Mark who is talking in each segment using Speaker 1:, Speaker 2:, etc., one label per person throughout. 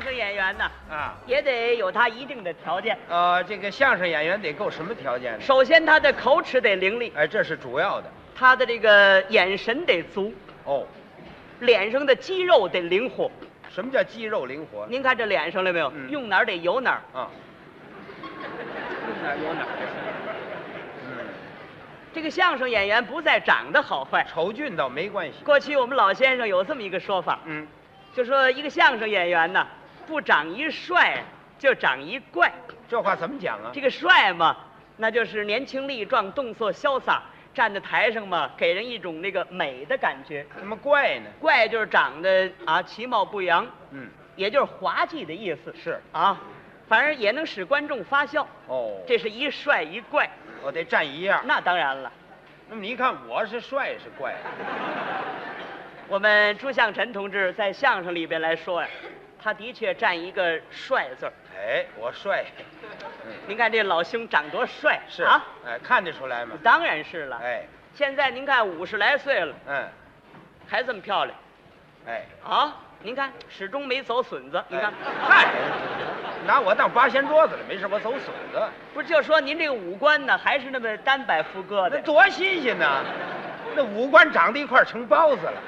Speaker 1: 声演员呢，
Speaker 2: 啊，
Speaker 1: 也得有他一定的条件。
Speaker 2: 呃，这个相声演员得够什么条件呢？
Speaker 1: 首先，他的口齿得伶俐，
Speaker 2: 哎，这是主要的。
Speaker 1: 他的这个眼神得足，
Speaker 2: 哦，
Speaker 1: 脸上的肌肉得灵活。
Speaker 2: 什么叫肌肉灵活？
Speaker 1: 您看这脸上了没有？
Speaker 2: 嗯
Speaker 1: 用哪儿得有哪儿，
Speaker 2: 啊，
Speaker 1: 用哪儿有哪儿。
Speaker 2: 嗯，
Speaker 1: 这个相声演员不在长得好坏。
Speaker 2: 丑俊倒没关系。
Speaker 1: 过去我们老先生有这么一个说法，
Speaker 2: 嗯，
Speaker 1: 就说一个相声演员呢，不长一帅，就长一怪。
Speaker 2: 这话怎么讲啊
Speaker 1: 这？个帅嘛，那就是年轻力壮，动作潇洒，站在台上嘛，给人一种那个美的感觉。
Speaker 2: 怎么怪呢？
Speaker 1: 怪就是长得啊其貌不扬，
Speaker 2: 嗯，
Speaker 1: 也就是滑稽的意思
Speaker 2: 是。
Speaker 1: 啊，反正也能使观众发笑。
Speaker 2: 哦，
Speaker 1: 这是一帅一怪，
Speaker 2: 我得站一样。
Speaker 1: 那当然了。
Speaker 2: 那么你一看，我是帅是怪？啊
Speaker 1: 我们朱向臣同志在相声里边来说呀、他的确占一个帅字儿。
Speaker 2: 哎，我帅，嗯
Speaker 1: 您看这老兄长多帅，
Speaker 2: 是
Speaker 1: 啊，
Speaker 2: 哎，看得出来吗？
Speaker 1: 当然是了。
Speaker 2: 哎，
Speaker 1: 现在您看五十来岁了，
Speaker 2: 嗯，
Speaker 1: 还这么漂亮
Speaker 2: 哎，
Speaker 1: 啊！您看始终没走损子，你看，
Speaker 2: 嗨，拿我当八仙桌子了，没事，我走损子，
Speaker 1: 不是就说您这个五官呢，还是那么单摆副歌
Speaker 2: 那
Speaker 1: 的，
Speaker 2: 多新鲜呐！那五官长在一块儿成包子了，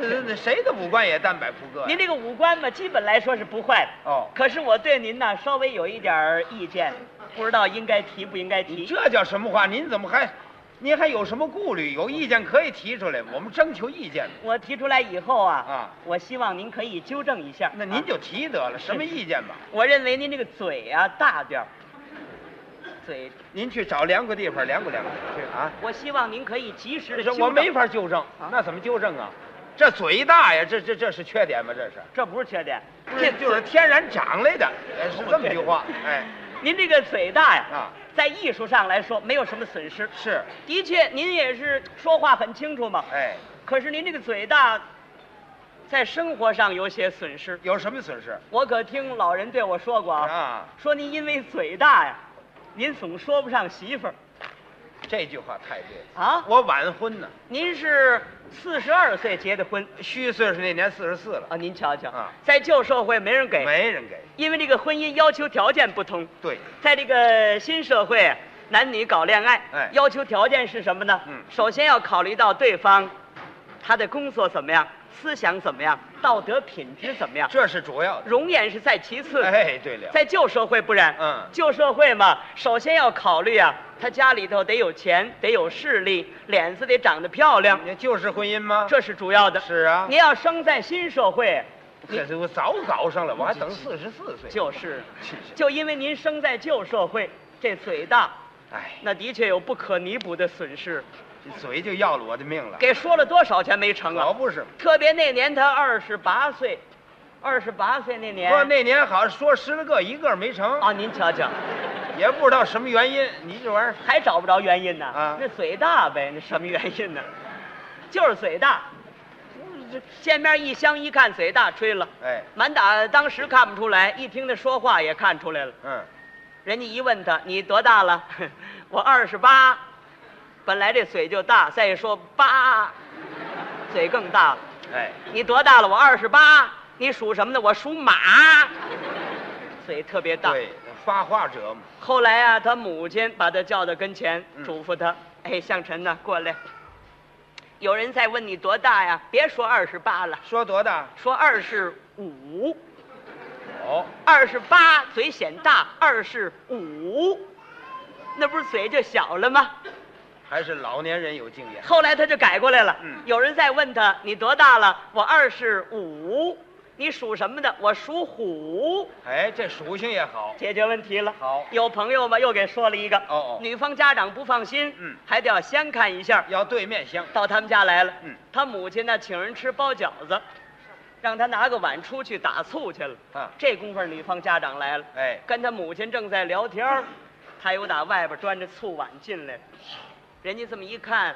Speaker 2: 那那那谁的五官也单摆副个呀？
Speaker 1: 您这个五官吧，基本来说是不坏的。
Speaker 2: 哦
Speaker 1: 可是我对您呢，稍微有一点儿意见，
Speaker 2: 嗯
Speaker 1: 不知道应该提不应该提。
Speaker 2: 这叫什么话？您怎么还，您还有什么顾虑？有意见可以提出来，我们征求意见。
Speaker 1: 我提出来以后啊，
Speaker 2: 啊
Speaker 1: 我希望您可以纠正一下。
Speaker 2: 那您
Speaker 1: 啊
Speaker 2: 就提得了，什么意见吧？
Speaker 1: 我认为您这个嘴啊大点儿，嘴，
Speaker 2: 您去找量个地方量过量过去啊。
Speaker 1: 我希望您可以及时的
Speaker 2: 这
Speaker 1: 纠正。
Speaker 2: 我没，法纠正，那怎么纠正啊？这嘴大呀，这这这是缺点吗？这是，
Speaker 1: 这不是缺点，
Speaker 2: 这就是天然长来的，哎是这么句话。哎，
Speaker 1: 您这个嘴大呀，
Speaker 2: 啊
Speaker 1: 在艺术上来说没有什么损失。
Speaker 2: 是，
Speaker 1: 的确，您也是说话很清楚嘛。
Speaker 2: 哎，
Speaker 1: 可是您这个嘴大，在生活上有些损失。
Speaker 2: 有什么损失
Speaker 1: 我可听老人对我说过啊，
Speaker 2: 啊？
Speaker 1: 说您因为嘴大呀，您总说不上媳妇儿
Speaker 2: 这句话太对了。
Speaker 1: 啊。
Speaker 2: 我晚婚呢，
Speaker 1: 您是四十二岁结的婚
Speaker 2: 虚岁是那年四十四了，
Speaker 1: 啊，您瞧瞧，
Speaker 2: 啊
Speaker 1: 在旧社会没人给，
Speaker 2: 没人给。
Speaker 1: 因为这个婚姻要求条件不同，
Speaker 2: 对，
Speaker 1: 在这个新社会，男女搞恋爱，
Speaker 2: 哎
Speaker 1: 要求条件是什么呢？
Speaker 2: 嗯
Speaker 1: 首先要考虑到对方，他的工作怎么样，思想怎么样，道德品质怎么样，
Speaker 2: 这是主要的。
Speaker 1: 容颜是在其次的。
Speaker 2: 哎，对了，
Speaker 1: 在旧社会不然，
Speaker 2: 嗯
Speaker 1: 旧社会嘛，首先要考虑啊，他家里头得有钱，得有势力，脸子得长得漂亮，
Speaker 2: 你就是婚姻吗？
Speaker 1: 这是主要的。
Speaker 2: 嗯是啊
Speaker 1: 您要生在新社会，
Speaker 2: 这这我早搞上了，我还等四十四岁。
Speaker 1: 就是，
Speaker 2: 是是
Speaker 1: 就因为您生在旧社会，这嘴大，
Speaker 2: 哎，
Speaker 1: 那的确有不可弥补的损失。
Speaker 2: 这嘴就要了我的命了。
Speaker 1: 给说了多少钱没成
Speaker 2: 可
Speaker 1: 啊？
Speaker 2: 不是，
Speaker 1: 特别那年他二十八岁，二十八岁那年，
Speaker 2: 说那年好像说十来个，一个没成。
Speaker 1: 哎啊，您瞧瞧，
Speaker 2: 也不知道什么原因，你这玩意
Speaker 1: 还找不着原因呢。
Speaker 2: 啊
Speaker 1: 那嘴大呗，那什么原因呢？就是嘴大。见面一相一看，嘴大吹了，
Speaker 2: 儿，哎，
Speaker 1: 满打当时看不出来，一听他说话也看出来了。
Speaker 2: 嗯，
Speaker 1: 人家一问他你多大了， 我二十八，本来这嘴就大，再一说八，嘴更大了。
Speaker 2: 哎，
Speaker 1: 你多大了？我二十八。你属什么呢？我属马。嘴特别大。
Speaker 2: 对，发话者嘛，
Speaker 1: 后来啊，他母亲把他叫到跟前，
Speaker 2: 嗯
Speaker 1: 嘱咐他：“哎，向晨呐，过来。有人在问你多大呀？别说二十八了，
Speaker 2: 说多大？
Speaker 1: 说二十五。
Speaker 2: 哦，
Speaker 1: 二十八嘴显大，二十五，那不是嘴就小了吗？
Speaker 2: 还是老年人有经验。
Speaker 1: 后来他就改过来了。
Speaker 2: 嗯
Speaker 1: 有人再问他：“你多大了？”我二十五。你属什么的？我属虎。
Speaker 2: 哎，这属性也好。
Speaker 1: 解决问题了。
Speaker 2: 好
Speaker 1: 有朋友嘛又给说了一个，
Speaker 2: 哦哦
Speaker 1: 女方家长不放心，
Speaker 2: 嗯
Speaker 1: 还得要先看一下，
Speaker 2: 要对面相，
Speaker 1: 到他们家来了，
Speaker 2: 嗯
Speaker 1: 他母亲呢请人吃包饺子，让他拿个碗出去打醋去了，
Speaker 2: 啊
Speaker 1: 这功夫女方家长来了，
Speaker 2: 哎，
Speaker 1: 跟他母亲正在聊天儿，他又打外边端着醋碗进来了，人家这么一看，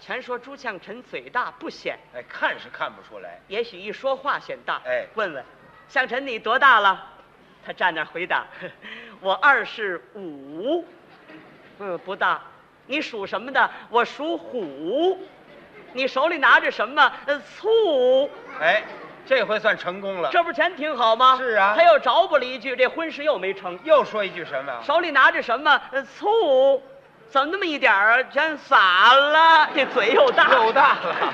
Speaker 1: 全说朱向臣嘴大不显，
Speaker 2: 哎，看是看不出来。
Speaker 1: 也许一说话显大。
Speaker 2: 哎
Speaker 1: 问问，向晨你多大了？他站那儿回答：“ 我二十五。”嗯，不大。你属什么的？我属虎。你手里拿着什么？呃，醋。
Speaker 2: 哎，这回算成功了。
Speaker 1: 这不是钱挺好吗？
Speaker 2: 是啊
Speaker 1: 他又找补了一句，这婚事又没成，
Speaker 2: 又说一句什么呀？
Speaker 1: 手里拿着什么？呃 醋，怎么那么一点儿啊？全洒了，这嘴又大
Speaker 2: 又大了。